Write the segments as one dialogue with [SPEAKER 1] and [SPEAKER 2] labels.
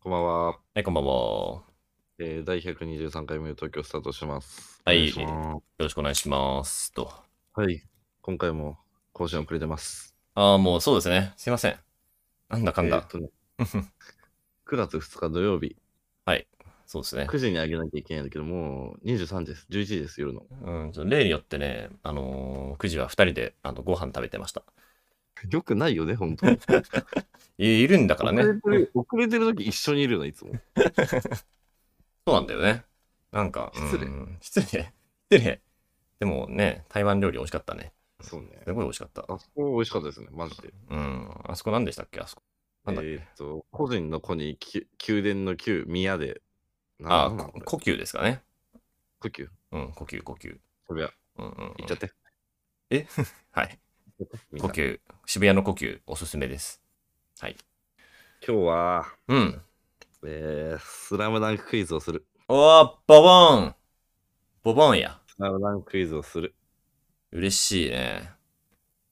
[SPEAKER 1] こんばんは。
[SPEAKER 2] はい、こんばんは。よ
[SPEAKER 1] えー、第123回目の東京スタートします。
[SPEAKER 2] はい
[SPEAKER 1] お願します
[SPEAKER 2] ろしくお願いします。と。
[SPEAKER 1] はい。今回も更新遅れてます。
[SPEAKER 2] ああ、もうそうですね。すいません。なんだかん
[SPEAKER 1] えーっ
[SPEAKER 2] だ。
[SPEAKER 1] とね9月2日土曜日、
[SPEAKER 2] そうですね。
[SPEAKER 1] 9時に上げなきゃいけないんだけど、もう23時です。11時です、夜の。
[SPEAKER 2] うん、ちょ例によってね、あのー、9時は2人であのご飯食べてました。
[SPEAKER 1] よくないよね、本当に。
[SPEAKER 2] いいるんだからね。
[SPEAKER 1] 遅
[SPEAKER 2] う
[SPEAKER 1] れ
[SPEAKER 2] ん
[SPEAKER 1] てる、遅れてる時一緒にいるの、いつも。
[SPEAKER 2] そうなんだよね。なんか、
[SPEAKER 1] 失礼
[SPEAKER 2] うん失礼。失礼。でもね、台湾料理美味しかったね。
[SPEAKER 1] そうね。
[SPEAKER 2] すごい美味しかった。
[SPEAKER 1] あそこ美味しかったですね、マジで。
[SPEAKER 2] うん。あそこ何でしたっけあそこ。なんだっけ、
[SPEAKER 1] えーっと、個人の子に、き宮殿の宮、宮で、な
[SPEAKER 2] あ
[SPEAKER 1] なんな
[SPEAKER 2] ー
[SPEAKER 1] んこ
[SPEAKER 2] こ
[SPEAKER 1] れ
[SPEAKER 2] 呼吸ですかね。
[SPEAKER 1] 呼吸。
[SPEAKER 2] うん、呼吸、呼吸。
[SPEAKER 1] そりゃ、
[SPEAKER 2] うんうん、うん。
[SPEAKER 1] 行っちゃって。
[SPEAKER 2] はい。
[SPEAKER 1] みん
[SPEAKER 2] 呼
[SPEAKER 1] な
[SPEAKER 2] 吸。渋谷の呼吸、おすすめです。
[SPEAKER 1] 今日は、
[SPEAKER 2] うん。
[SPEAKER 1] えー、スラムダンククイズをする。
[SPEAKER 2] おー、ボボンボボンや。
[SPEAKER 1] スラムダンククイズをする。
[SPEAKER 2] 嬉しいね。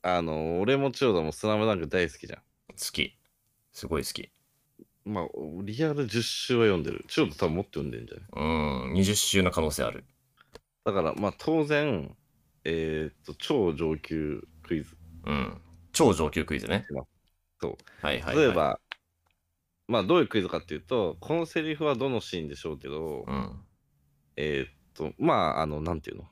[SPEAKER 1] あの、俺も千代田もスラムダンク大好きじゃ
[SPEAKER 2] 好き。すごい好き。
[SPEAKER 1] ん。まあ、リアル10週は読んでる。千代田多分もっと読んでんじゃない
[SPEAKER 2] うん、20周の可能性ある。
[SPEAKER 1] だから、まあ当然、えーっと、超上級クイズ。
[SPEAKER 2] うん。超上級クイズね。。
[SPEAKER 1] そう
[SPEAKER 2] はいはい、はい。
[SPEAKER 1] 例えば、、まあどういうクイズかっていうと、このセリフはどのシーンでしょうけど、
[SPEAKER 2] うん。
[SPEAKER 1] えーっと、まあ、あの、なんていうの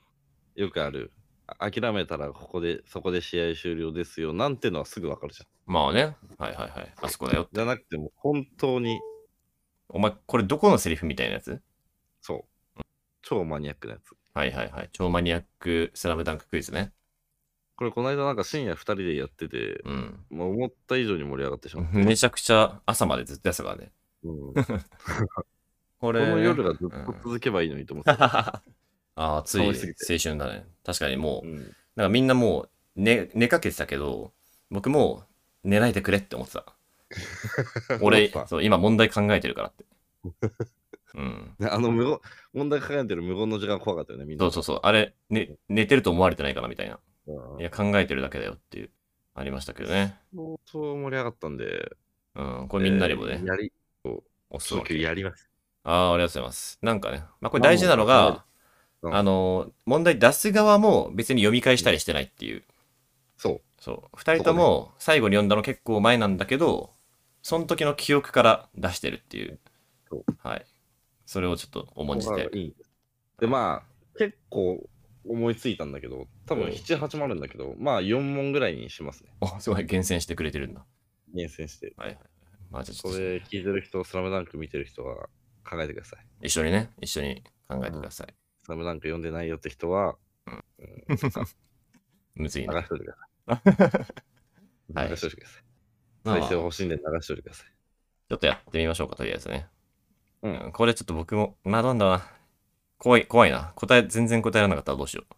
[SPEAKER 1] よくある。あ諦めたらここで、そこで試合終了ですよ。なんてのはすぐわかるじゃん。
[SPEAKER 2] まあね。はいはいはい。あそこだよ。
[SPEAKER 1] じゃなくても、本当に
[SPEAKER 2] お前、これどこのセリフみたいなやつ
[SPEAKER 1] そう。超マニアックなやつ。
[SPEAKER 2] はいはいはい。超マニアックスラムダンククイズね。
[SPEAKER 1] これ、この間なんか深夜2人でやってて、
[SPEAKER 2] うん。
[SPEAKER 1] まあ、思った以上に盛り上がってしまった。
[SPEAKER 2] めちゃくちゃ朝までずっとやってたからね。
[SPEAKER 1] うん、こ
[SPEAKER 2] これ、
[SPEAKER 1] の夜がずっ
[SPEAKER 2] うん
[SPEAKER 1] と続けばいいのにと思ってた。
[SPEAKER 2] あ あ、つい
[SPEAKER 1] 通
[SPEAKER 2] 青
[SPEAKER 1] り過ぎ
[SPEAKER 2] 春だね。確かにもう
[SPEAKER 1] う、ん、
[SPEAKER 2] なんかみんなもう寝寝かけてたけど、僕もう寝ないでくれって思ってた。
[SPEAKER 1] 思
[SPEAKER 2] 俺
[SPEAKER 1] っ、た
[SPEAKER 2] そう、今問題考えてるから って。うん。
[SPEAKER 1] ねあの無言、問題抱えてる無言の時間怖かったよね、みん
[SPEAKER 2] そ
[SPEAKER 1] な
[SPEAKER 2] う。そうそう。あれ、ね、寝てると思われてないからみたいな。
[SPEAKER 1] うん
[SPEAKER 2] いや、考えてるだけだよっていう、ありましたけどね。
[SPEAKER 1] 相当盛り上がったんで、
[SPEAKER 2] うん。これみんなにも
[SPEAKER 1] え
[SPEAKER 2] ね
[SPEAKER 1] ー、やり、
[SPEAKER 2] おすす
[SPEAKER 1] 早
[SPEAKER 2] め。
[SPEAKER 1] 急やります。
[SPEAKER 2] ああ、ありがとうございます。なんかね、まあこれ大事なのが、
[SPEAKER 1] うん
[SPEAKER 2] あの、問題出す側も別に読み返したりしてないっていう。
[SPEAKER 1] そう。
[SPEAKER 2] そう。二人とも最後に読んだの結構前なんだけど、その時の記憶から出してるっていう
[SPEAKER 1] そう。
[SPEAKER 2] はい。それをちょっと重んじ
[SPEAKER 1] ここ
[SPEAKER 2] て
[SPEAKER 1] が。いいんですで、まあ、結構思いついたんだけど、多分
[SPEAKER 2] うん
[SPEAKER 1] 7、8もあるんだけど、まあ4問ぐらいにしますね。
[SPEAKER 2] お、すごい厳選してくれてるんだ。
[SPEAKER 1] 厳選して。
[SPEAKER 2] はいはい。まあじゃあち
[SPEAKER 1] こ
[SPEAKER 2] ょっと
[SPEAKER 1] れ聞いてる人、スラムダンク見てる人は考えてください。
[SPEAKER 2] 一緒にね、一緒に考えてください。
[SPEAKER 1] スラムダンク読んでないよって人は、うん、
[SPEAKER 2] むずい
[SPEAKER 1] 流
[SPEAKER 2] な。
[SPEAKER 1] しといてくださ。
[SPEAKER 2] はいい
[SPEAKER 1] 流しといてください。
[SPEAKER 2] まあ
[SPEAKER 1] 再生を欲しいんで流しといてください。
[SPEAKER 2] ちょっとやってみましょうか、とりあえずね。
[SPEAKER 1] う
[SPEAKER 2] うんん。これちょっと僕も、まあどうなんだろうな。怖い、怖いな。答え、全然答えられなかったらどうしよう。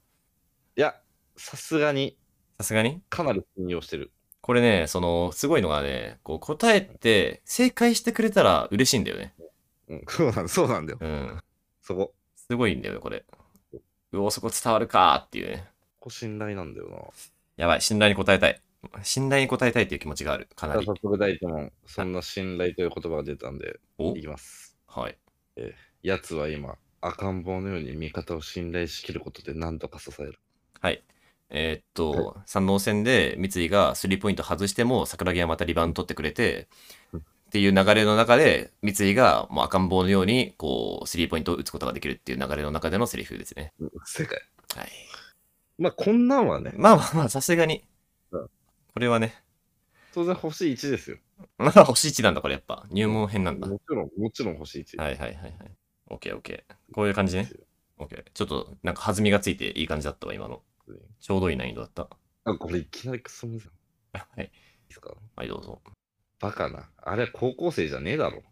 [SPEAKER 1] いや、さすがに
[SPEAKER 2] さすがに
[SPEAKER 1] かなり信用してる。
[SPEAKER 2] これね、その、すごいのがね、こう答えて正解してくれたら嬉しいんだよね。
[SPEAKER 1] うん、そうなんそうなんだよ。
[SPEAKER 2] うん。
[SPEAKER 1] そこ。
[SPEAKER 2] すごいんだよね、これ。うお、そこ伝わるかーっていうね。
[SPEAKER 1] ここ信頼なんだよな。
[SPEAKER 2] やばい、信頼に応えたい。信頼に応えたいっていう気持ちがある、か
[SPEAKER 1] じ
[SPEAKER 2] な
[SPEAKER 1] ゃあ
[SPEAKER 2] り。
[SPEAKER 1] 早速第一問、そんな信頼という言葉が出たんで、
[SPEAKER 2] お
[SPEAKER 1] いきます。
[SPEAKER 2] はい。
[SPEAKER 1] やつは今、赤ん坊のように味方を信頼しきることで何とか支える。
[SPEAKER 2] はい。えーっと、三能戦で三井がスリーポイント外しても桜木はまたリバウンド取ってくれて、っていう流れの中で、三井がもう赤ん坊のように、こう、スリーポイントを打つことができるっていう流れの中でのセリフですね。
[SPEAKER 1] うん世界。
[SPEAKER 2] はい。
[SPEAKER 1] まあ、こんなんはね、
[SPEAKER 2] まあまあまあ、さすがに。
[SPEAKER 1] うん
[SPEAKER 2] これはね、
[SPEAKER 1] 当然星1ですよ。
[SPEAKER 2] まあ星1なんだ、これやっぱ。入門編なんだ。
[SPEAKER 1] もちろん、もちろん星1。
[SPEAKER 2] はいはいはいはい。オッケーオッケー。こういう感じね。オッケー。ちょっとなんか弾みがついていい感じだったわ、今の。ちょうどいい難易度だった。
[SPEAKER 1] あ、これいきなりクソむずい。い
[SPEAKER 2] はい。
[SPEAKER 1] いですか
[SPEAKER 2] はい、どうぞ。
[SPEAKER 1] バカな。あれ高校生じゃねえだろ。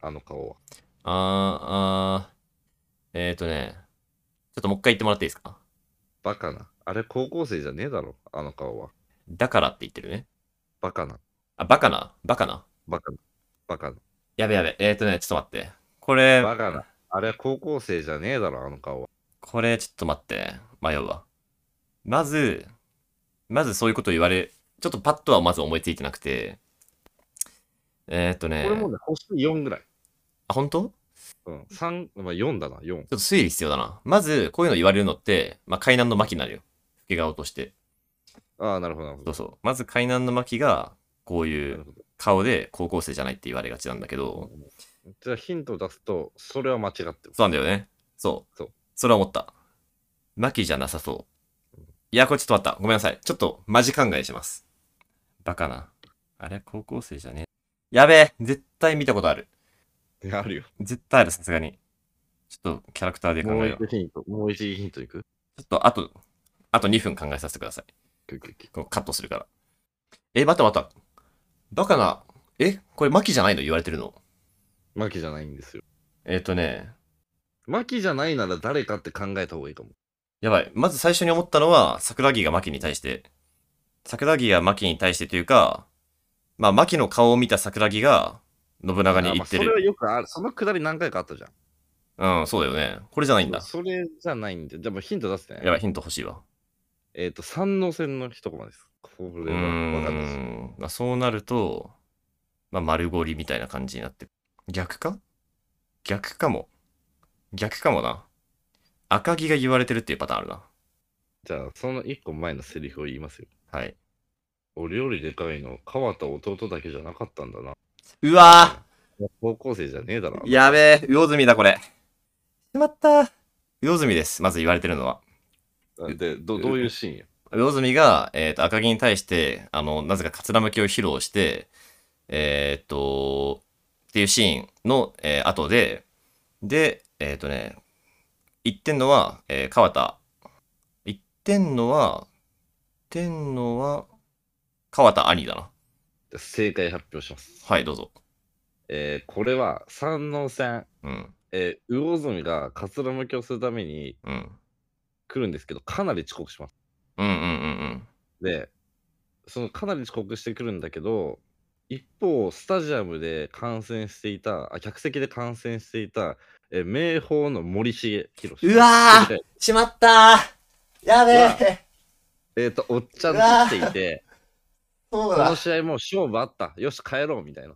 [SPEAKER 1] あの顔は。
[SPEAKER 2] あー、あー、えっ、ー、とね、ちょっともう一回言ってもらっていいですか
[SPEAKER 1] バカな。あれ高校生じゃねえだろ。あの顔は。
[SPEAKER 2] だからって言ってるね。
[SPEAKER 1] バカな。
[SPEAKER 2] あ、バカなバカな
[SPEAKER 1] バカな。バカな。
[SPEAKER 2] やべやべ。えっ、ー、とね、ちょっと待って。これ、
[SPEAKER 1] バカな。あれ高校生じゃねえだろ。あの顔は。
[SPEAKER 2] これちょっと待って。迷うわ。まず、まずそういうこと言われ、ちょっとパッとはまず思いついてなくて、えっ、ー、とね、
[SPEAKER 1] これもね、星4ぐらい。
[SPEAKER 2] あ、本当ちょ
[SPEAKER 1] うん、3、まあ、4だな、4
[SPEAKER 2] っ。と推理必要だな。まず、こういうの言われるのって、まあ、海南の巻になるよ。老け顔として。
[SPEAKER 1] ああ、なるほど、なるほ
[SPEAKER 2] そ
[SPEAKER 1] ど
[SPEAKER 2] う。そう。まず、海南の巻が、こうい
[SPEAKER 1] なる
[SPEAKER 2] う
[SPEAKER 1] ほど
[SPEAKER 2] 顔で高校生じゃないって言われがちなんだけど、
[SPEAKER 1] じゃあヒントを出すと、それは間違ってる。
[SPEAKER 2] そうなんだよね。そう。
[SPEAKER 1] そう
[SPEAKER 2] れは思った。巻じゃなさそう。いや、これちょっと待った。ごめんなさい。ちょっと、マジ考えします。バカな。あれ、高校生じゃねえ。やべえ絶対見たことある。
[SPEAKER 1] いやあるよ。
[SPEAKER 2] 絶対ある、さすがに。ちょっと、キャラクターで考
[SPEAKER 1] もう
[SPEAKER 2] えよう。
[SPEAKER 1] 一ヒント、もう一ヒントいく
[SPEAKER 2] ちょっと、あと、あと2分考えさせてください。
[SPEAKER 1] オッケーオッケー
[SPEAKER 2] こうカットするから。え、待った待った。バカな。え、これ、マキじゃないの言われてるの。
[SPEAKER 1] マキじゃないんですよ。
[SPEAKER 2] えっ、とね、
[SPEAKER 1] マキじゃないなら誰かって考えた方がいいかも。
[SPEAKER 2] やばい。まず最初に思ったのは、桜木がマキに対して。桜木がマキに対してというか、まあ、マキの顔を見た桜木が、信長に言
[SPEAKER 1] あ
[SPEAKER 2] って
[SPEAKER 1] まあそれは
[SPEAKER 2] る。
[SPEAKER 1] よくある。そのくだり何回かあったじゃん。
[SPEAKER 2] うん、そうだよね。これじゃないんだ。
[SPEAKER 1] それじゃないんで、じゃあもうヒント出すね。
[SPEAKER 2] やばい、ヒント欲しいわ。
[SPEAKER 1] えっ、と、三能線の一コマです。こ
[SPEAKER 2] う
[SPEAKER 1] れ
[SPEAKER 2] ー
[SPEAKER 1] は分かるでしょ
[SPEAKER 2] ん。まあ、そうなると、まあ、丸ごりみたいな感じになって。逆か逆かも。逆かもな。赤木が言われてるっていうパターンあるな。
[SPEAKER 1] じゃあ、その一個前のセリフを言いますよ。
[SPEAKER 2] はい。
[SPEAKER 1] 俺よりでかいの、川田弟だけじゃなかったんだな。
[SPEAKER 2] うわ
[SPEAKER 1] 高校生じゃねえだろ。
[SPEAKER 2] ーやべえ魚住だこれ。しまった魚住です。まず言われてるのは。
[SPEAKER 1] でど、どういうシーンや
[SPEAKER 2] 魚住が、えー、と赤木に対してあのなぜかかつらむきを披露してえーっとっていうシーンの、えー後ででえーっとね言ってんのは、えー川田言ってんのは言ってんのは川田兄だな
[SPEAKER 1] じゃあ正解発表します。
[SPEAKER 2] はいどうぞ
[SPEAKER 1] えーこれは三能線、
[SPEAKER 2] うん
[SPEAKER 1] えー、魚住がかつら向きをするために
[SPEAKER 2] うん
[SPEAKER 1] 来るんですけど、かなり遅刻します。
[SPEAKER 2] うんうんうん
[SPEAKER 1] で、そのかなり遅刻してくるんだけど、一方、スタジアムで観戦していた、あ客席で観戦していた、えー名峰の森重宏。
[SPEAKER 2] うわーしまったーやべ
[SPEAKER 1] ええっ、と、おっちゃん切っていて、
[SPEAKER 2] そう
[SPEAKER 1] この試合もう勝負あった。よし、帰ろうみたいな。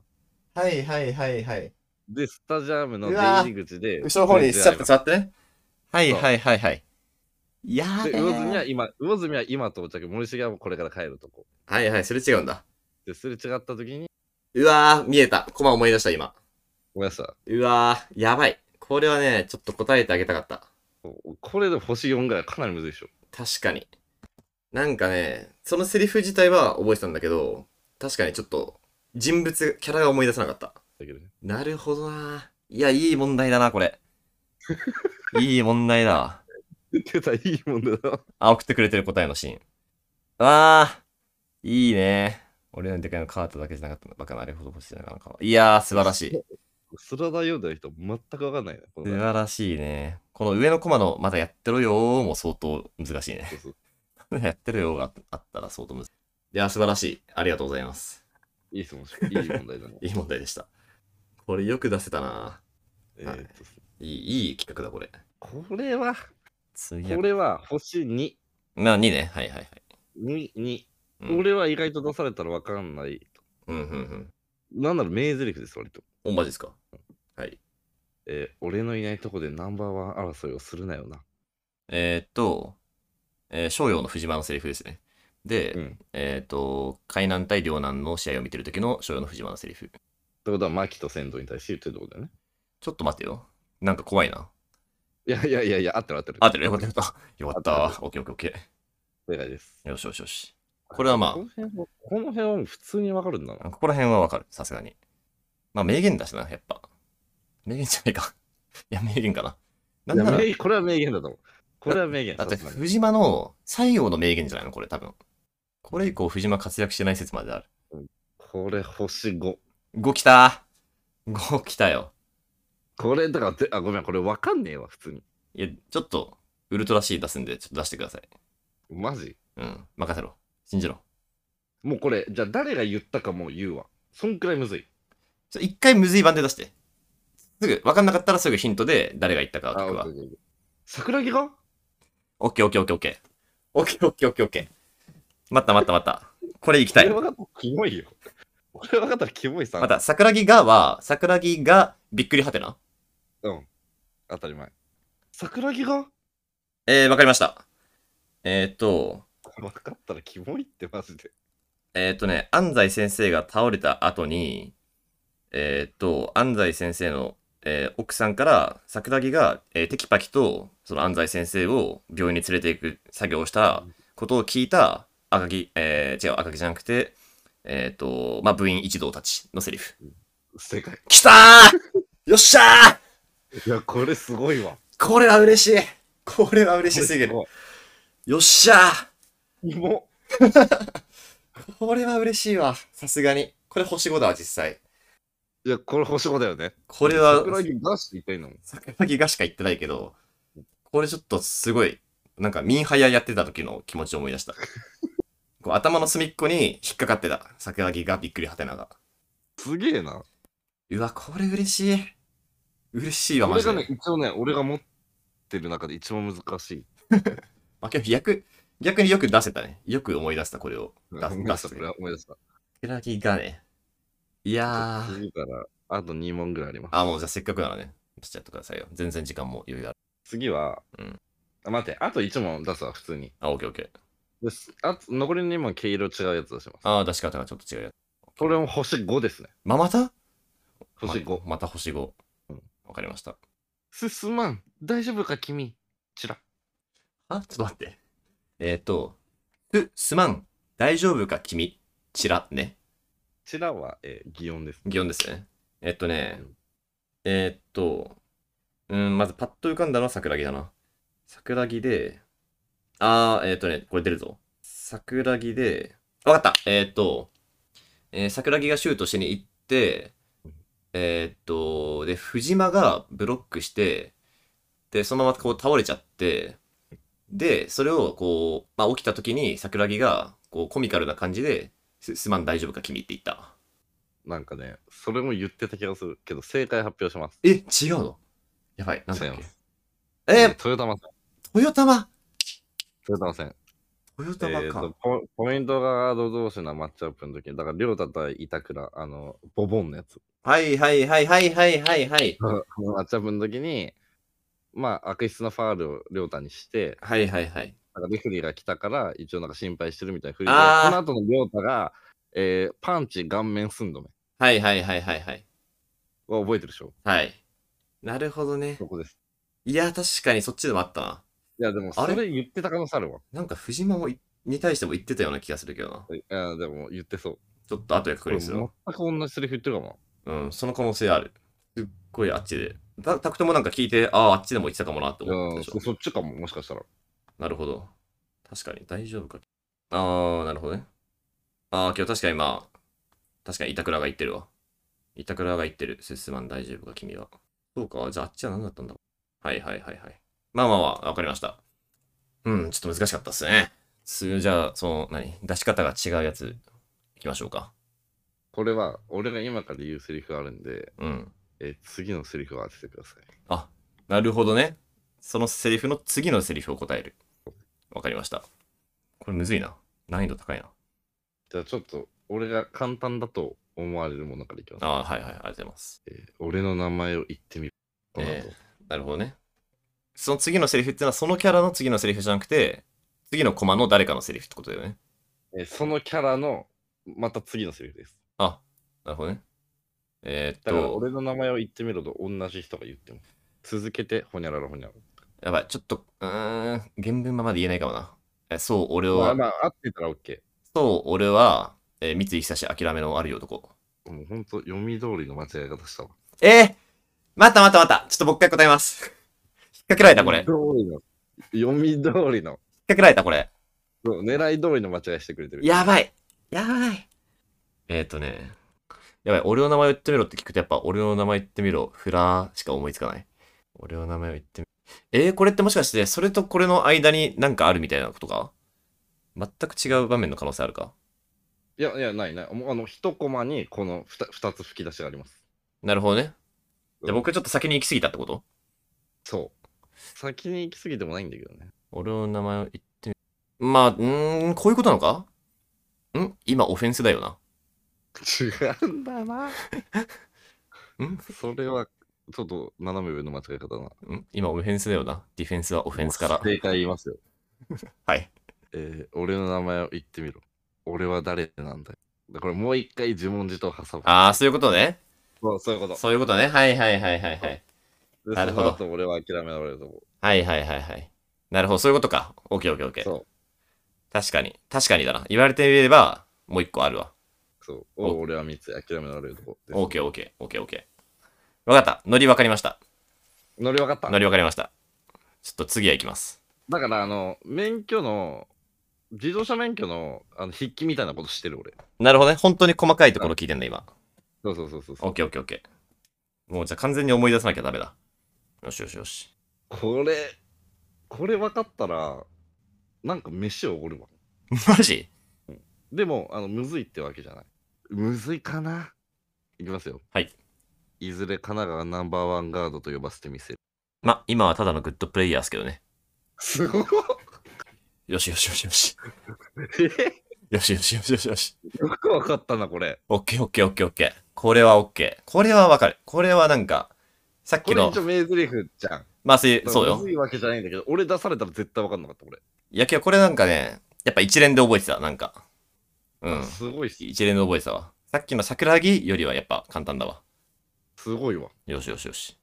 [SPEAKER 2] はいはいはいはい
[SPEAKER 1] で、スタジアムの
[SPEAKER 2] う
[SPEAKER 1] 出
[SPEAKER 2] わー
[SPEAKER 1] 入り口で、
[SPEAKER 2] 後ろの方に
[SPEAKER 1] す
[SPEAKER 2] ちゃ
[SPEAKER 1] れ違い
[SPEAKER 2] っと
[SPEAKER 1] ます
[SPEAKER 2] 座ってね。はい
[SPEAKER 1] そう
[SPEAKER 2] はいはいはい。いやー
[SPEAKER 1] で、魚住は今、魚住は今到着、森重はもうこれから帰るとこ。
[SPEAKER 2] はいはい、それ違うんだ。
[SPEAKER 1] で、すれ違った時に、
[SPEAKER 2] うわー、見えた。コマ思い出した今。
[SPEAKER 1] ごめんなさ
[SPEAKER 2] うわー、やばい。これはね、ちょっと答えてあげたかった。
[SPEAKER 1] い。これで星4ぐらいかなりむずいでしょ。
[SPEAKER 2] 確かに。なんかね、そのセリフ自体は覚えてたんだけど、確かにちょっと、人物、キャラが思い出せなかった。
[SPEAKER 1] だけどね。
[SPEAKER 2] なるほどなー。いや、いい問題だな、こ れ。いい問題だ。
[SPEAKER 1] 出たいいもんだな。
[SPEAKER 2] あ、送ってくれてる答えのシーン。わあ、いいね。俺のでかいのカートだけじゃなかったの。バカなあれほど欲しいなかなか。いやー、素晴らしい。
[SPEAKER 1] ス
[SPEAKER 2] 素
[SPEAKER 1] ラダ読んだ人、全くわかんないな。この
[SPEAKER 2] 晴らしいね。この上のコマの、まだやってろよーも相当難しいね。
[SPEAKER 1] そうそう
[SPEAKER 2] やってろよーがあったら相当難しい。いやー、素晴らしい。ありがとうございます。
[SPEAKER 1] いい質問しいい問題だね
[SPEAKER 2] 。いい問題でした。これよく出せたな
[SPEAKER 1] えーっと、
[SPEAKER 2] いい、いい企画だ、これ。
[SPEAKER 1] これは、
[SPEAKER 2] 次は
[SPEAKER 1] こ。れは星2。
[SPEAKER 2] まあ、2ね。はいはいはい。
[SPEAKER 1] 2、2。
[SPEAKER 2] うん
[SPEAKER 1] 俺は意外と出されたらわかんない。
[SPEAKER 2] うん、うん、うん。
[SPEAKER 1] なんなら名台詞です、割と。
[SPEAKER 2] お、マジですかはい。
[SPEAKER 1] えー俺のいないとこでナンバーワン争いをするなよな。
[SPEAKER 2] えー、っと、えー、商用の藤間のセリフですね。で、
[SPEAKER 1] うん。っ
[SPEAKER 2] えっ、と、海南対両南の試合を見てる時の所要の藤間のセリフ。
[SPEAKER 1] てことは、牧と仙道に対して言ってるってことだよね。
[SPEAKER 2] ちょっと待ってよ。なんか怖いな。
[SPEAKER 1] いやいやいやいや、合ってる合ってる。
[SPEAKER 2] あ、でもよかったよかった。よかった
[SPEAKER 1] 合って
[SPEAKER 2] オッケーオッケーオッケ
[SPEAKER 1] 正解です。
[SPEAKER 2] ー。よしよしよし。これはまあ
[SPEAKER 1] この辺は、この辺は普通にわかるんだな。
[SPEAKER 2] ここら辺はわかる。さすがに。まあ名言だしな、やっぱ。名言じゃないか。 いや、名言かな。なんないら、
[SPEAKER 1] や名これは名言だと思う。これは名言。
[SPEAKER 2] だって
[SPEAKER 1] さすがに
[SPEAKER 2] 藤間の最後の名言じゃないのこれ多分。これ以降藤間活躍してない説まである。
[SPEAKER 1] これ星5。
[SPEAKER 2] 5来た !5 来たよ。
[SPEAKER 1] これ、だからぜ、あ、ごめん、これわかんねえわ、普通に。
[SPEAKER 2] いや、ちょっと、ウルトラ C 出すんで、ちょっと出してください。
[SPEAKER 1] マジ
[SPEAKER 2] うん。任せろ。信じろ。
[SPEAKER 1] もうこれ、じゃあ誰が言ったかもう言うわ。そんくらいむずい。
[SPEAKER 2] ちょ一回むずい版で出して。すぐ、分かんなかったらすぐヒントで誰が言ったかを
[SPEAKER 1] あ、
[SPEAKER 2] 聞
[SPEAKER 1] オ
[SPEAKER 2] く
[SPEAKER 1] ッケ
[SPEAKER 2] わ
[SPEAKER 1] ーオッ。ケーオッケー桜木が
[SPEAKER 2] オッケーオッケーオッケーオッケー。オッケーオッケーオッケーオッケー。待った待った待った。これ行きたい。
[SPEAKER 1] これ分かった。キモいよ。これ分かったらキモいさん。
[SPEAKER 2] また、桜木がは、桜木がびっくりはてな。
[SPEAKER 1] うん。当たり前。桜木が
[SPEAKER 2] えー、わかりました。えーっと、
[SPEAKER 1] 分かったらキモいってマジで。
[SPEAKER 2] えーっとね、安西先生が倒れた後に、えーっと、安西先生の、えー奥さんから桜木が、えーテキパキとその安西先生を病院に連れて行く作業をしたことを聞いた赤木、えー違う赤木じゃなくて、えーっと、まあ、部員一同たちのセリフ。
[SPEAKER 1] 正解。
[SPEAKER 2] 来たーよっしゃー
[SPEAKER 1] いや、これすごいわ。
[SPEAKER 2] これは嬉しいこれは嬉しすぎる。
[SPEAKER 1] こ
[SPEAKER 2] よっしゃー
[SPEAKER 1] れすごいキモ。
[SPEAKER 2] これは嬉しいわ。さすがに。これ星5だわ、実際。
[SPEAKER 1] いや、これ星5だよね。
[SPEAKER 2] これは、
[SPEAKER 1] 桜木がして言いたいのもん。
[SPEAKER 2] 桜木がしか言ってないけど、これちょっとすごい、なんかミンハヤやってた時の気持ちを思い出した。こう頭の隅っこに引っかかってた。桜木がびっくりはてなが。
[SPEAKER 1] すげえな。
[SPEAKER 2] うわ、これ嬉しい。嬉しいわ、
[SPEAKER 1] こ
[SPEAKER 2] マ
[SPEAKER 1] れ
[SPEAKER 2] ジで
[SPEAKER 1] が。ね、一応ね、俺が持ってる中で一番難しい。
[SPEAKER 2] まあ、けど逆、逆によく出せたね。よく思い出した、これを。出
[SPEAKER 1] 思い
[SPEAKER 2] 出
[SPEAKER 1] 出した、
[SPEAKER 2] す
[SPEAKER 1] こ。れは思い出した。
[SPEAKER 2] 桜木がね。いやー。
[SPEAKER 1] 次から、あと2問ぐらいあります。
[SPEAKER 2] あ、もうじゃあせっかくならね。しちゃってくださいよ。全然時間も余裕ある。
[SPEAKER 1] 次は、
[SPEAKER 2] うん
[SPEAKER 1] あ待って、あと1問出すわ、普通に。
[SPEAKER 2] あ、オッケーオッケー。
[SPEAKER 1] ですあと残りの2問、毛色違うやつ出します。
[SPEAKER 2] ああ、出し方がちょっと違うやつ。
[SPEAKER 1] これも星5ですね。
[SPEAKER 2] ま、また
[SPEAKER 1] 星5。
[SPEAKER 2] ままた星5。わ、
[SPEAKER 1] うん
[SPEAKER 2] かりました。
[SPEAKER 1] 進まん。大丈夫か、君。ちら。
[SPEAKER 2] あ、 ちょっと待って。えっ、ー、と、す、すまん。大丈夫か君。ちら、ね。
[SPEAKER 1] ちらは、えー、擬音です。
[SPEAKER 2] 擬音ですね。えっ、とね
[SPEAKER 1] うん、
[SPEAKER 2] えっ、と、うん、まずパッと浮かんだのは桜木だな。桜木で、あー、えっ、とね、これ出るぞ。桜木で、わかったえっ、と、えー桜木がシュートしに行って、えっ、と、で、藤間がブロックして、で、そのままこう倒れちゃって、で、それをこう、まあ、起きた時に桜木が、こう、コミカルな感じで、す、すまん大丈夫か君って言った。
[SPEAKER 1] なんかね、それも言ってた気がするけど、正解発表します。
[SPEAKER 2] え、違うのやばい、なんだっ
[SPEAKER 1] 違い
[SPEAKER 2] け
[SPEAKER 1] ま。
[SPEAKER 2] えー、
[SPEAKER 1] 豊玉戦。
[SPEAKER 2] 豊玉
[SPEAKER 1] 豊玉戦。
[SPEAKER 2] 豊
[SPEAKER 1] え
[SPEAKER 2] 玉
[SPEAKER 1] ーと
[SPEAKER 2] か。
[SPEAKER 1] ポポイントガード同士のマッチアップの時に、だから、りょうた対板倉、あの、ボボンのやつ。
[SPEAKER 2] はいはいはいはいはいはいはい。
[SPEAKER 1] マッチアップの時に、まあ、悪質なファールをりょうたにして、
[SPEAKER 2] はいはいはい。
[SPEAKER 1] なんかレフェリーが来たから、一応なんか心配してるみたいなふりで、
[SPEAKER 2] あ
[SPEAKER 1] そ
[SPEAKER 2] ー
[SPEAKER 1] の後のりょうたが、えーパンチ顔面寸止め
[SPEAKER 2] はいはいはいはいはい。
[SPEAKER 1] は覚えてるでしょ
[SPEAKER 2] はい。なるほどね
[SPEAKER 1] そ。こです。
[SPEAKER 2] いや、確かにそっちでもあったな。
[SPEAKER 1] いや、でも、そ
[SPEAKER 2] あれ
[SPEAKER 1] れ言ってた可能性あるわ。
[SPEAKER 2] なんか藤間もいに対しても言ってたような気がするけどな。
[SPEAKER 1] いや、でも、言ってそう。
[SPEAKER 2] ちょっと後で確
[SPEAKER 1] これ
[SPEAKER 2] 認
[SPEAKER 1] 全
[SPEAKER 2] す
[SPEAKER 1] く
[SPEAKER 2] るわ。
[SPEAKER 1] 同じセリフ言ってるかも。
[SPEAKER 2] うん、その可能性ある。すっごいあっちで。たタクトもなんか聞いて、ああ、あっちでも言ってたかもなって思った
[SPEAKER 1] う
[SPEAKER 2] で
[SPEAKER 1] ん、
[SPEAKER 2] しょ
[SPEAKER 1] そ。そっちかも、もしかしたら。
[SPEAKER 2] なるほど。確かに、大丈夫か。ああ、なるほどね。ああ、今日確かにまあ、確かに板倉が言ってるわ。板倉が言ってる。すすまん大丈夫か、君は。そうか、じゃああっちは何だったんだはいはいはいはい。まあまあまあ、わかりました。うん、ちょっと難しかったっすね。すじゃあ、その、何出し方が違うやつ、いきましょうか。
[SPEAKER 1] これは、俺が今から言うセリフがあるんで、
[SPEAKER 2] うん。
[SPEAKER 1] えー次のセリフを当ててください。
[SPEAKER 2] あ、なるほどね。そのセリフの次のセリフを答える。わかりました。これむずいな。難易度高いな。
[SPEAKER 1] じゃあ、ちょっと、俺が簡単だと思われるものからいきます。
[SPEAKER 2] ああ、はいはい、ありがとうございます。
[SPEAKER 1] えー俺の名前を言ってみる。この後
[SPEAKER 2] えなるほどね。その次のセリフっていうのは、そのキャラの次のセリフじゃなくて、次のコマの誰かのセリフってことだよね。
[SPEAKER 1] えーそのキャラの、また次のセリフです。
[SPEAKER 2] あ、なるほどね。えー、っ
[SPEAKER 1] だから、
[SPEAKER 2] と、
[SPEAKER 1] 俺の名前を言ってみろと同じ人が言っても。続けて、ほにゃららほにゃら
[SPEAKER 2] やばい、ちょっと、うーん、原文ままで言えないかもな。えそう、俺
[SPEAKER 1] ら。まあ、
[SPEAKER 2] は、
[SPEAKER 1] まあ、合ってたら OK。
[SPEAKER 2] そう、俺は、えー三井久志諦めのあるい男。
[SPEAKER 1] もうほんと、読み通りの間違い方したわ。
[SPEAKER 2] えー、またまたまたちょっともう一回答えます。 引っ掛けられた、これ。引っ
[SPEAKER 1] 読み通りの。読み通りの。
[SPEAKER 2] 掛けられた、これ。
[SPEAKER 1] そう狙い通りの間違いしてくれてる。
[SPEAKER 2] やばいやばいえっ、ー、とね、やばい、俺の名前を言ってみろって聞くとやっぱ俺の名前言ってみろ、フラーしか思いつかない。俺の名前を言ってみえー、これってもしかしてそれとこれの間になんかあるみたいなことか全く違う場面の可能性あるか
[SPEAKER 1] いや、いや、ないない。もうあの、一コマにこの 2, 二つ吹き出しがあります。
[SPEAKER 2] なるほどね。
[SPEAKER 1] う
[SPEAKER 2] じゃ
[SPEAKER 1] ん
[SPEAKER 2] あ僕ちょっと先に行き過ぎたってこと
[SPEAKER 1] そう。先に行き過ぎてもないんだけどね。
[SPEAKER 2] 俺の名前を言ってみまあ、うーん、こういうことなのかん今オフェンスだよな。
[SPEAKER 1] 違うんだ な。
[SPEAKER 2] ん
[SPEAKER 1] それは、ちょっと斜め上の間違い方だな。
[SPEAKER 2] ん今オフェンスだよな。ディフェンスはオフェンスから。
[SPEAKER 1] 正解言いますよ。
[SPEAKER 2] はい。
[SPEAKER 1] えー俺の名前を言ってみろ。俺は誰なんだよ。だからもう一回自問自答挟む。
[SPEAKER 2] ああ、そういうことね。
[SPEAKER 1] そうそういうこと。
[SPEAKER 2] そういうことね。はいはいはいはいはい。
[SPEAKER 1] で
[SPEAKER 2] なるほど
[SPEAKER 1] その後俺は諦められると思う。
[SPEAKER 2] はいはいはいはい。なるほど、そういうことか。オッケーオッケーオッケー。
[SPEAKER 1] そう。
[SPEAKER 2] 確かに。確かにだな。言われてみれば、もう一個あるわ。
[SPEAKER 1] そう。
[SPEAKER 2] お
[SPEAKER 1] お俺は3つ諦められるとこです。
[SPEAKER 2] オッケーオッケーオッケーオッケー。わかった。ノリわかりました。
[SPEAKER 1] 乗り分かった
[SPEAKER 2] ノ。リわかりました。ちょっと次は行きます。
[SPEAKER 1] だから、あの、免許の、自動車免許のあの筆記みたいなことしてる俺。
[SPEAKER 2] なるほどね。本当に細かいところ聞いてんだ、今。
[SPEAKER 1] そうそうそうそうそ
[SPEAKER 2] オ
[SPEAKER 1] う
[SPEAKER 2] ッ。ケーオッケーオッケー。もうじゃあ完全に思い出さなきゃダメだ。よしよしよし。
[SPEAKER 1] これ、これ分かったら、なんか飯をおごるわ。
[SPEAKER 2] マジ
[SPEAKER 1] でも、あの、むずいってわけじゃない。むずいかな。いきますよ。
[SPEAKER 2] はい。
[SPEAKER 1] いずれ神奈川ナンバーワンガードと呼ばせてみせる。
[SPEAKER 2] ま、今はただのグッドプレイヤーですけどね。
[SPEAKER 1] すごい
[SPEAKER 2] よしよしよしよし。
[SPEAKER 1] え
[SPEAKER 2] よしよしよしよしよし。
[SPEAKER 1] よく分かったな、これ。
[SPEAKER 2] オッケーオッケーオッケーオッケー。これはオッケー。これはわかる。これはなんか、さっ
[SPEAKER 1] こ
[SPEAKER 2] き
[SPEAKER 1] れ
[SPEAKER 2] の
[SPEAKER 1] 一応、名台詞じゃん。
[SPEAKER 2] まあそういう、そう
[SPEAKER 1] だから
[SPEAKER 2] よ
[SPEAKER 1] むず。いわけじゃないんだけど、俺出されたら絶対分かんなかった、これ。
[SPEAKER 2] いや、けどこれなんかね、やっぱ一連で覚えてた、なんか。うん。
[SPEAKER 1] すごいっす。
[SPEAKER 2] 一連で覚えてたわ。さっきの桜木よりはやっぱ簡単だわ。
[SPEAKER 1] すごいわ。
[SPEAKER 2] よしよしよし。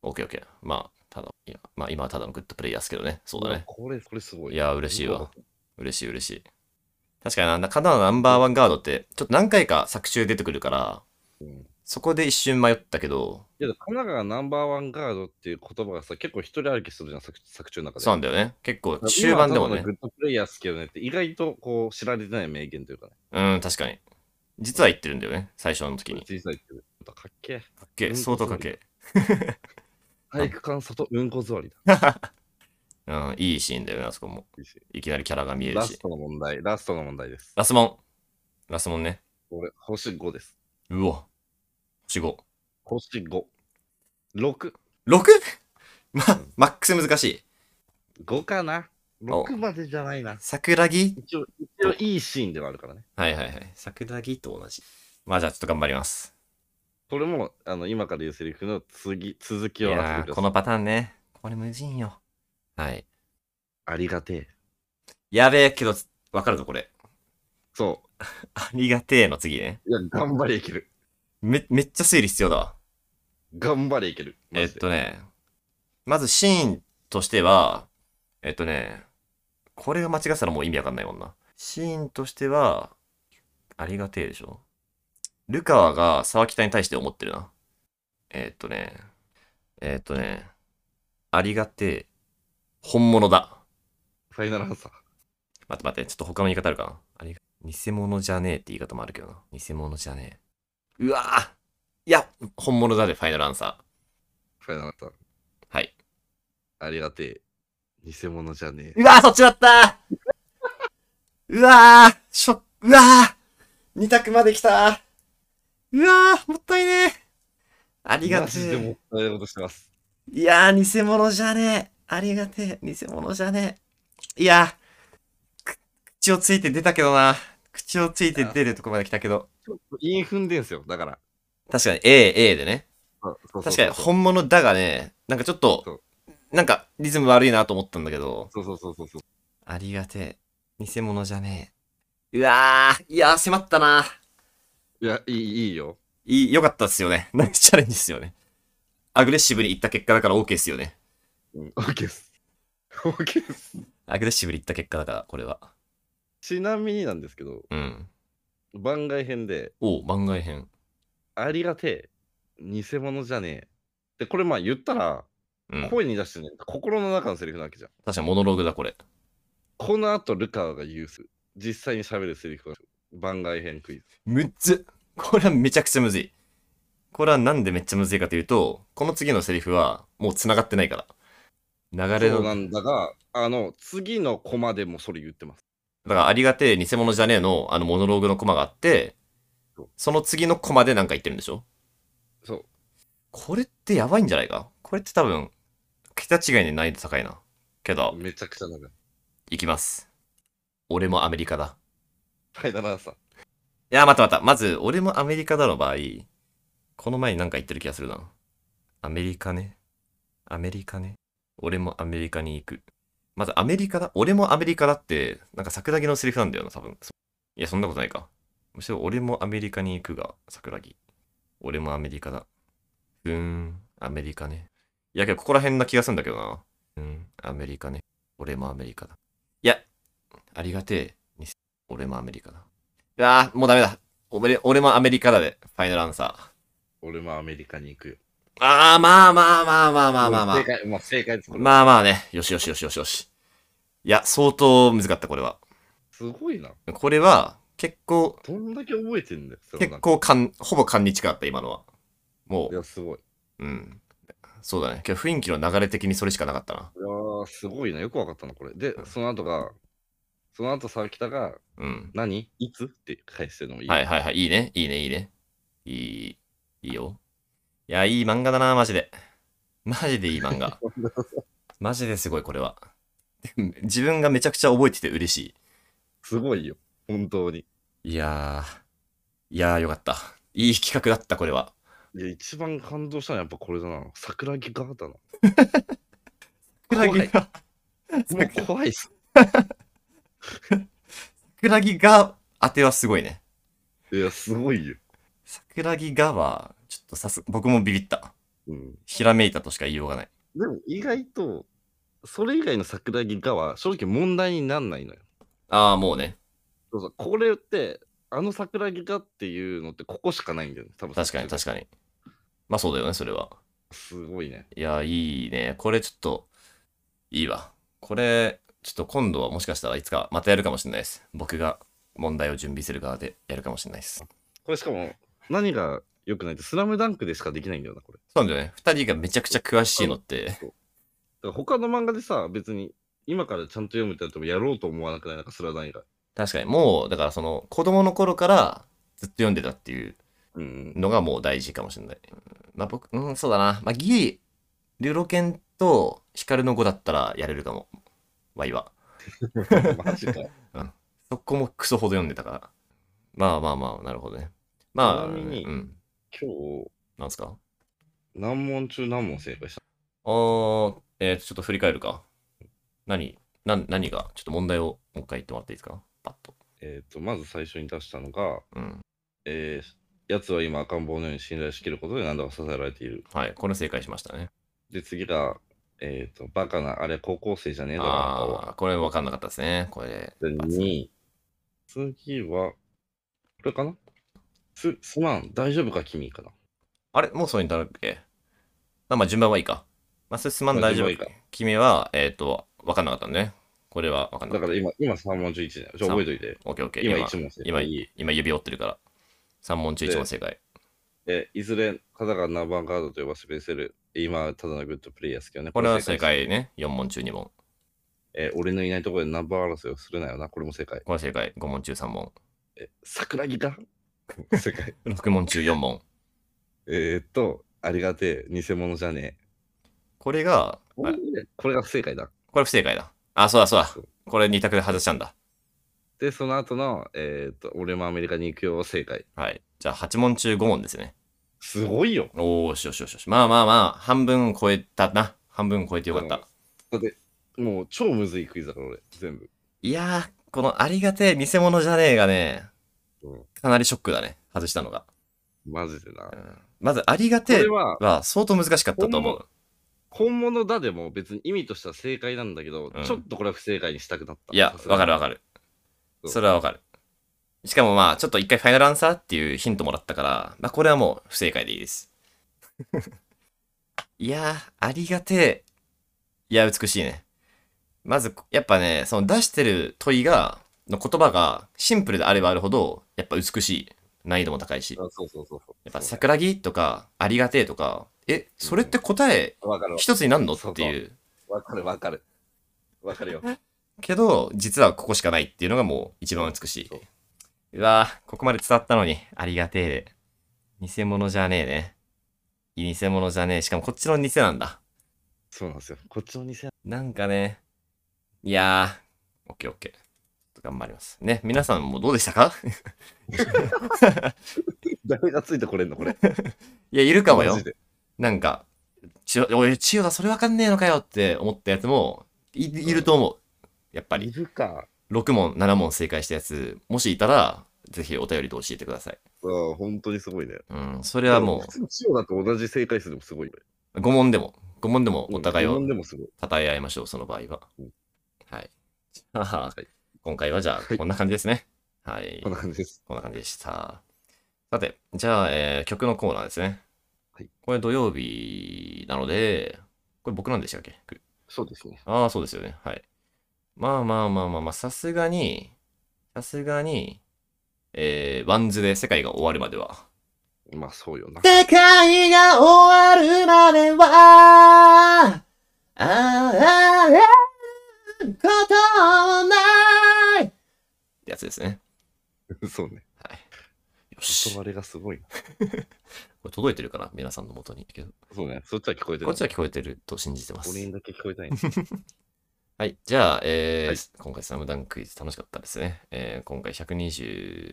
[SPEAKER 2] オッケーオッケー。まあ、ただ、いやまあ今はただのグッドプレイヤーですけどね。そうだね。
[SPEAKER 1] これ、これすごい。
[SPEAKER 2] いやー嬉しいわ。嬉しい嬉しい。確かにな、カナダのナンバーワンガードって、ちょっと何回か作中出てくるから、
[SPEAKER 1] うんい
[SPEAKER 2] そこで一瞬迷ったけど、
[SPEAKER 1] や、神奈川ナンバーワンガードっていう言葉がさ、結構一人歩きするじゃん、作作中の中で。
[SPEAKER 2] そうなんだよね。結構中盤でも
[SPEAKER 1] 今は
[SPEAKER 2] ね
[SPEAKER 1] ただの。グッドプレイヤーっすけどねって、意外とこう知られてない名言というかね。
[SPEAKER 2] うん、確かに。実は言ってるんだよね。最初の時に。
[SPEAKER 1] 小さいけど、かっけえ。
[SPEAKER 2] かっけ
[SPEAKER 1] う
[SPEAKER 2] え。
[SPEAKER 1] ん
[SPEAKER 2] 相当かっけ
[SPEAKER 1] 体育館外、うんこ座りだ。
[SPEAKER 2] え。 うん、いいシーンだよね、あそこも。
[SPEAKER 1] いいし
[SPEAKER 2] いきなりキャラが見える
[SPEAKER 1] ラ
[SPEAKER 2] し
[SPEAKER 1] ス。トの問題、ラストの問題です。
[SPEAKER 2] ラスモン。ラスモンね。
[SPEAKER 1] 俺、星5です。
[SPEAKER 2] うわ。星5。
[SPEAKER 1] 星5。6。
[SPEAKER 2] 6? ま、マックス難しい。
[SPEAKER 1] 5かな
[SPEAKER 2] お
[SPEAKER 1] ?6 までじゃないな。
[SPEAKER 2] 桜木
[SPEAKER 1] 一応、一応いいシーンではあるからね。
[SPEAKER 2] はいはいはい。桜木と同じ。まあじゃあちょっと頑張ります。
[SPEAKER 1] これも、あの、今から言うセリフの次、続
[SPEAKER 2] い
[SPEAKER 1] きを当て
[SPEAKER 2] や
[SPEAKER 1] てくだ
[SPEAKER 2] ーこ
[SPEAKER 1] さい。
[SPEAKER 2] のパターンね。これ無人よ。はい。
[SPEAKER 1] ありがてえ。
[SPEAKER 2] やべえけど、わかるぞ、これ。
[SPEAKER 1] そ
[SPEAKER 2] ありがてえの次ね。
[SPEAKER 1] う。いや、頑張れいける。
[SPEAKER 2] め、めっちゃ推理必要だわ。
[SPEAKER 1] 頑張れいける。マ
[SPEAKER 2] えっ
[SPEAKER 1] ジで
[SPEAKER 2] とね、まずシーンとしては、えっとね、これが間違ってたらもう意味わかんないもんな。シーンとしては、ありがてえでしょルカワが沢北に対して思ってるな。えっとね、えっとね、ありがてえ、本物だ。
[SPEAKER 1] ファイナルアンサー。
[SPEAKER 2] 待って待って、ちょっと他の言い方あるかな。ありが偽物じゃねえって言い方もあるけどな。偽物じゃねえ。うわぁいや、本物だで、ファイナルアンサ
[SPEAKER 1] ファイナルアンサー。
[SPEAKER 2] ー。はい。
[SPEAKER 1] ありがてえ。偽物じゃねえ。
[SPEAKER 2] うわーそっちだったーうわーしょ、うわー二択まで来たーうわーもったいねーありが
[SPEAKER 1] マ
[SPEAKER 2] て
[SPEAKER 1] ジでもっ
[SPEAKER 2] え。
[SPEAKER 1] たいないことしてます。
[SPEAKER 2] いやー、偽物じゃねえ。ありがてえ。偽物じゃねえ。いやー、く口をついて出たけどな。口をついて出るとこまで来たけど。
[SPEAKER 1] ちょっとインフンでんすよ、だから。
[SPEAKER 2] 確かに、A、A でね。
[SPEAKER 1] そうそうそう
[SPEAKER 2] 確かに、本物だがね、なんかちょっ
[SPEAKER 1] そ
[SPEAKER 2] と
[SPEAKER 1] う、
[SPEAKER 2] なんかリズム悪いなと思ったんだけど。
[SPEAKER 1] そうそうそうそうそう。
[SPEAKER 2] ありがてえ。偽物じゃねえ。うわー、いやー、迫ったな。
[SPEAKER 1] いや、いいいいよ。
[SPEAKER 2] いい、良かったっすよね。 ナイスチャレンジっすよね。アグレッシブにいった結果だから OK っすよね。
[SPEAKER 1] うん、OK です。OK です。
[SPEAKER 2] アグレッシブにいった結果だから、これは。
[SPEAKER 1] ちなみになんですけど、
[SPEAKER 2] うん。
[SPEAKER 1] 番外編で、
[SPEAKER 2] おう、番外編。
[SPEAKER 1] ありがてえ。偽物じゃねえ。で、これまあ言ったら、
[SPEAKER 2] うん。
[SPEAKER 1] 声に出してね、心の中のセリフなわけじゃん。
[SPEAKER 2] 確かにモノローグだ、これ。
[SPEAKER 1] この後、ルカワが言うす。実際に喋るセリフが番外編クイズ。
[SPEAKER 2] むっつ。これはめちゃくちゃむずい。これはなんでめっちゃむずいかというと、この次のセリフはもう繋がってないから。流れ
[SPEAKER 1] そ
[SPEAKER 2] の
[SPEAKER 1] うな、んだが、あの、次のコマでもそれ言ってます。
[SPEAKER 2] だから、ありがてえ、偽物じゃねえの、あの、モノローグのコマがあって
[SPEAKER 1] そう、
[SPEAKER 2] その次のコマでなんか言ってるんでしょ
[SPEAKER 1] そう。
[SPEAKER 2] これってやばいんじゃないかこれって多分、桁違いに難易度高いな。けど、
[SPEAKER 1] めちゃくちゃだから。
[SPEAKER 2] 行きます。俺もアメリカだ。
[SPEAKER 1] ファイナルアンサー。
[SPEAKER 2] いや、待った待った。まず、俺もアメリカだの場合、この前になんか言ってる気がするな。アメリカね。アメリカね。俺もアメリカに行く。まず、アメリカだ。俺もアメリカだって、なんか桜木のセリフなんだよな、多分。そいや、そんなことないか。むしろ、俺もアメリカに行くが、桜木。俺もアメリカだ。うーん、アメリカね。いや、けど、ここら辺な気がするんだけどな。うん、アメリカね。俺もアメリカだ。いや、ありがてえ。にせ俺もアメリカだ。いやー、もうダメだ。俺、俺もアメリカだで、ファイナルアンサー。
[SPEAKER 1] 俺もアメリカに行くよ。
[SPEAKER 2] あー、まあまあまあまあまあまあまあ
[SPEAKER 1] 正。解、まあ、正解です。これ
[SPEAKER 2] まあまあね。よしよしよしよしよし。いや、相当難かった、これは。
[SPEAKER 1] すごいな。
[SPEAKER 2] これは、結構、
[SPEAKER 1] どんだけ覚えてんだよ。その
[SPEAKER 2] 結
[SPEAKER 1] 中
[SPEAKER 2] 構かん、ほぼ勘に近かった、今のは。も
[SPEAKER 1] いや、すごい。
[SPEAKER 2] う、うん。そうだね。今日雰囲気の流れ的にそれしかなかったな。
[SPEAKER 1] いやー、すごいな。よくわかったな、これ。で、その後が、その後、沢北が、
[SPEAKER 2] うん。
[SPEAKER 1] 何いつって返してるのもいい。
[SPEAKER 2] はいはいはい。いいね。いいね、いいね。いい、いいよ。いや、いい漫画だな、マジで。マジでいい 漫画。マジですごい、これは。自分がめちゃくちゃ覚えてて嬉し
[SPEAKER 1] すごいよ。本当に。
[SPEAKER 2] い。いやー、いやー、よかった。いい企画だった、これは。
[SPEAKER 1] いや、一番感動したのはやっぱこれだな。桜木ガー だな。も
[SPEAKER 2] 桜木が、
[SPEAKER 1] う怖いっす。
[SPEAKER 2] 桜木が当てはすごいね。
[SPEAKER 1] いや、すごいよ。
[SPEAKER 2] 桜木がは、ちょっとさす、僕もビビった。
[SPEAKER 1] うん。
[SPEAKER 2] ひらめいたとしか言いようがない。
[SPEAKER 1] でも、意外と、それ以外の桜木ガは正直問題になんないのよ。
[SPEAKER 2] ああ、もうね。
[SPEAKER 1] そうそう。これって、あの桜木ガっていうのってここしかないんだよね。多分
[SPEAKER 2] 確かに確かに。まあそうだよね、それは。
[SPEAKER 1] すごいね。
[SPEAKER 2] いや、いいね。これちょっと、いいわ。これ、ちょっと今度はもしかしたらいつかまたやるかもしれないです。僕が問題を準備する側でやるかもしれないです。そ
[SPEAKER 1] これしかも、何が良くないって、スラムダンクでしかできないんだよな、これ。
[SPEAKER 2] うなんだよね。二人がめちゃくちゃ詳しいのって、
[SPEAKER 1] だから他の漫画でさ、別に今からちゃんと読むってなってもやろうと思わなくないなんかスラダン以外。
[SPEAKER 2] 確かにもう、だからその子供の頃からずっと読んでたっていう
[SPEAKER 1] うん。
[SPEAKER 2] のがもう大事かもしれない。うんまあ僕、うん、そうだな。まあギリ、ルロケンとヒカルの語だったらやれるかも。ワイは。
[SPEAKER 1] マジか。
[SPEAKER 2] そこもクソほど読んでたから。まあまあまあ、なるほどね。まあ、
[SPEAKER 1] ちなみに
[SPEAKER 2] うん。
[SPEAKER 1] 今日、
[SPEAKER 2] なんすか
[SPEAKER 1] 何問中何問正解した
[SPEAKER 2] あー、えー、ちょっと振り返るか。何なん何がちょっと問題をもう一回言ってもらっていいですかパッと。
[SPEAKER 1] えっ、と、まず最初に出したのが、
[SPEAKER 2] うん。
[SPEAKER 1] えー、やつは今赤ん坊のように信頼しきることで何だか支えられている。
[SPEAKER 2] はい、これ正解しましたね。
[SPEAKER 1] で、次が、えっ、と、バカな、あれ高校生じゃねえだろ
[SPEAKER 2] ああ、これ分かんなかったですね。これ。
[SPEAKER 1] で、2、次は、これかなす、すまん、大丈夫か君かな。
[SPEAKER 2] あれもうそれになるっけまあまあ順番はいいか。まあ、すすまん大丈
[SPEAKER 1] まあ順
[SPEAKER 2] 夫
[SPEAKER 1] 番。
[SPEAKER 2] 君は、えっ、と、分かんなかったんね。これは分かんな
[SPEAKER 1] だ
[SPEAKER 2] か
[SPEAKER 1] か
[SPEAKER 2] っ
[SPEAKER 1] ら今、今3問中1だよ。じゃあ
[SPEAKER 2] 三
[SPEAKER 1] 覚えといて。
[SPEAKER 2] た。オッケーオッケー。
[SPEAKER 1] 今
[SPEAKER 2] 今
[SPEAKER 1] 1問正
[SPEAKER 2] 今
[SPEAKER 1] 解。い
[SPEAKER 2] 今指折ってるから。3問中1問正解。
[SPEAKER 1] えいずれ、ただがナンバーガードと呼ばせてせる。今はただのグッドプレイヤーですけどね。
[SPEAKER 2] これは
[SPEAKER 1] も
[SPEAKER 2] 正。解ね。4問中2問。
[SPEAKER 1] えー俺のいないところでナンバー争いをするなよな。これも正解。
[SPEAKER 2] これは正解。5問中3問。
[SPEAKER 1] え桜木が正解。
[SPEAKER 2] 6問中4問。
[SPEAKER 1] えーっと、ありがてえ、偽物じゃね
[SPEAKER 2] これが、
[SPEAKER 1] え。
[SPEAKER 2] あ
[SPEAKER 1] これが不正解だ。
[SPEAKER 2] これ不正解だ。あ、そうだそうだ
[SPEAKER 1] そう。
[SPEAKER 2] これ2択で外したんだ。
[SPEAKER 1] で、その後の、えーっと、俺もアメリカに行くよ、正解。
[SPEAKER 2] はい。じゃあ8問中5問ですね。
[SPEAKER 1] すごいよ。
[SPEAKER 2] おー、よしよしよしよし。まあまあまあ、半分超えたな。半分超えてよかった。
[SPEAKER 1] だって、もう超むずいクイズだから、俺、全部。
[SPEAKER 2] いやー、このありがてえ偽物じゃねえがね、
[SPEAKER 1] うん
[SPEAKER 2] かなりショックだね。外したのが。
[SPEAKER 1] マジでな
[SPEAKER 2] う。んまず、ありが
[SPEAKER 1] こ
[SPEAKER 2] てえ
[SPEAKER 1] れは、
[SPEAKER 2] は相当難しかったと思う。
[SPEAKER 1] 本物だでも別に意味としては正解なんだけど、
[SPEAKER 2] うん
[SPEAKER 1] ちょっとこれは不正解にしたくなった。
[SPEAKER 2] いや
[SPEAKER 1] さ、すが
[SPEAKER 2] わ
[SPEAKER 1] に
[SPEAKER 2] かるわかる。
[SPEAKER 1] そう
[SPEAKER 2] それはわかる。しかもまあ、ちょっと一回ファイナルアンサーっていうヒントもらったから、まあこれはもう不正解でいいです。 いやー、ありがてえ。いや、美しいね。まず、やっぱね、その出してる問いが、の言葉がシンプルであればあるほど、やっぱ美しい。難易度も高いし。
[SPEAKER 1] あそうそうそうそう。
[SPEAKER 2] やっぱ
[SPEAKER 1] そう
[SPEAKER 2] 桜木とか、ありがてえとか、え、それって答え
[SPEAKER 1] わかる
[SPEAKER 2] 一つになんのっていう。
[SPEAKER 1] わかるわかる。わかるよ。
[SPEAKER 2] けど、実はここしかないっていうのがもう一番美しい
[SPEAKER 1] そう。
[SPEAKER 2] うわぁ、ここまで伝わったのに、ありがてえで。偽物じゃねえね。偽物じゃねえ。しかもこっちの偽なんだ。
[SPEAKER 1] そうなんですよ。こっちの偽
[SPEAKER 2] なんかね。いやー、オッケーオッケー。頑張ります。ね、皆さんもどうでし たか
[SPEAKER 1] 誰がついてこれんのこれ。
[SPEAKER 2] いや、いるかもよ
[SPEAKER 1] マジ。で
[SPEAKER 2] なんか、ちよ、おい、千代田それわかんねえのかよって思ったやつも、いいると思う。やっぱ
[SPEAKER 1] い
[SPEAKER 2] り、
[SPEAKER 1] るか。
[SPEAKER 2] 6問、7問正解したやつ、もしいたら、ぜひお便りで教えてください。
[SPEAKER 1] うん、本当にすごいね。
[SPEAKER 2] うん、それはも
[SPEAKER 1] 普通の塩だと同じ正解数でもすごいね。
[SPEAKER 2] う、5問でも、5問でもお互い
[SPEAKER 1] 自
[SPEAKER 2] を
[SPEAKER 1] 分でもすごい。
[SPEAKER 2] 称え合いましょう、その場合は
[SPEAKER 1] うん。
[SPEAKER 2] はい。はは
[SPEAKER 1] はい
[SPEAKER 2] 今回はじゃ
[SPEAKER 1] は
[SPEAKER 2] あ、
[SPEAKER 1] い
[SPEAKER 2] こんな感じですね。はい。
[SPEAKER 1] こんな感じです。
[SPEAKER 2] こんな感じでした。さて、じゃあ、えー曲のコーナーですね。
[SPEAKER 1] はい
[SPEAKER 2] これ土曜日なので、これ僕なんでしたっけく
[SPEAKER 1] そうですね。
[SPEAKER 2] ああ、そうですよね。はい。まあまあまあまあまあ、さすがに、さすがに、えー、ワンズで世界が終わるまでは。
[SPEAKER 1] まあそうよな。
[SPEAKER 2] 世界が終わるまでは、ああ、ことないってやつですね。
[SPEAKER 1] そうね。
[SPEAKER 2] はい。よ し
[SPEAKER 1] 音。割れがすごいな。
[SPEAKER 2] これ届いてるかな皆さんの元に。けど
[SPEAKER 1] そうね。そっちは聞こえてる。
[SPEAKER 2] こっちは聞こえてると信じてます。
[SPEAKER 1] 俺にだけ聞こえたいね。
[SPEAKER 2] はい。じゃあ、え
[SPEAKER 1] は
[SPEAKER 2] ー
[SPEAKER 1] い
[SPEAKER 2] 今回スラムダンクイズ楽しかったですね。えー今回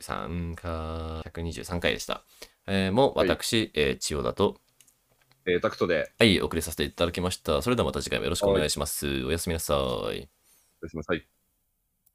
[SPEAKER 2] 123か、123回でした。えーもう
[SPEAKER 1] はい
[SPEAKER 2] 私、えー千代田と、
[SPEAKER 1] えー、タクトで、
[SPEAKER 2] はい、お送りさせていただきました。それではまた次回もよろしくお願いします。おやすみなさい。
[SPEAKER 1] おやすみなさい。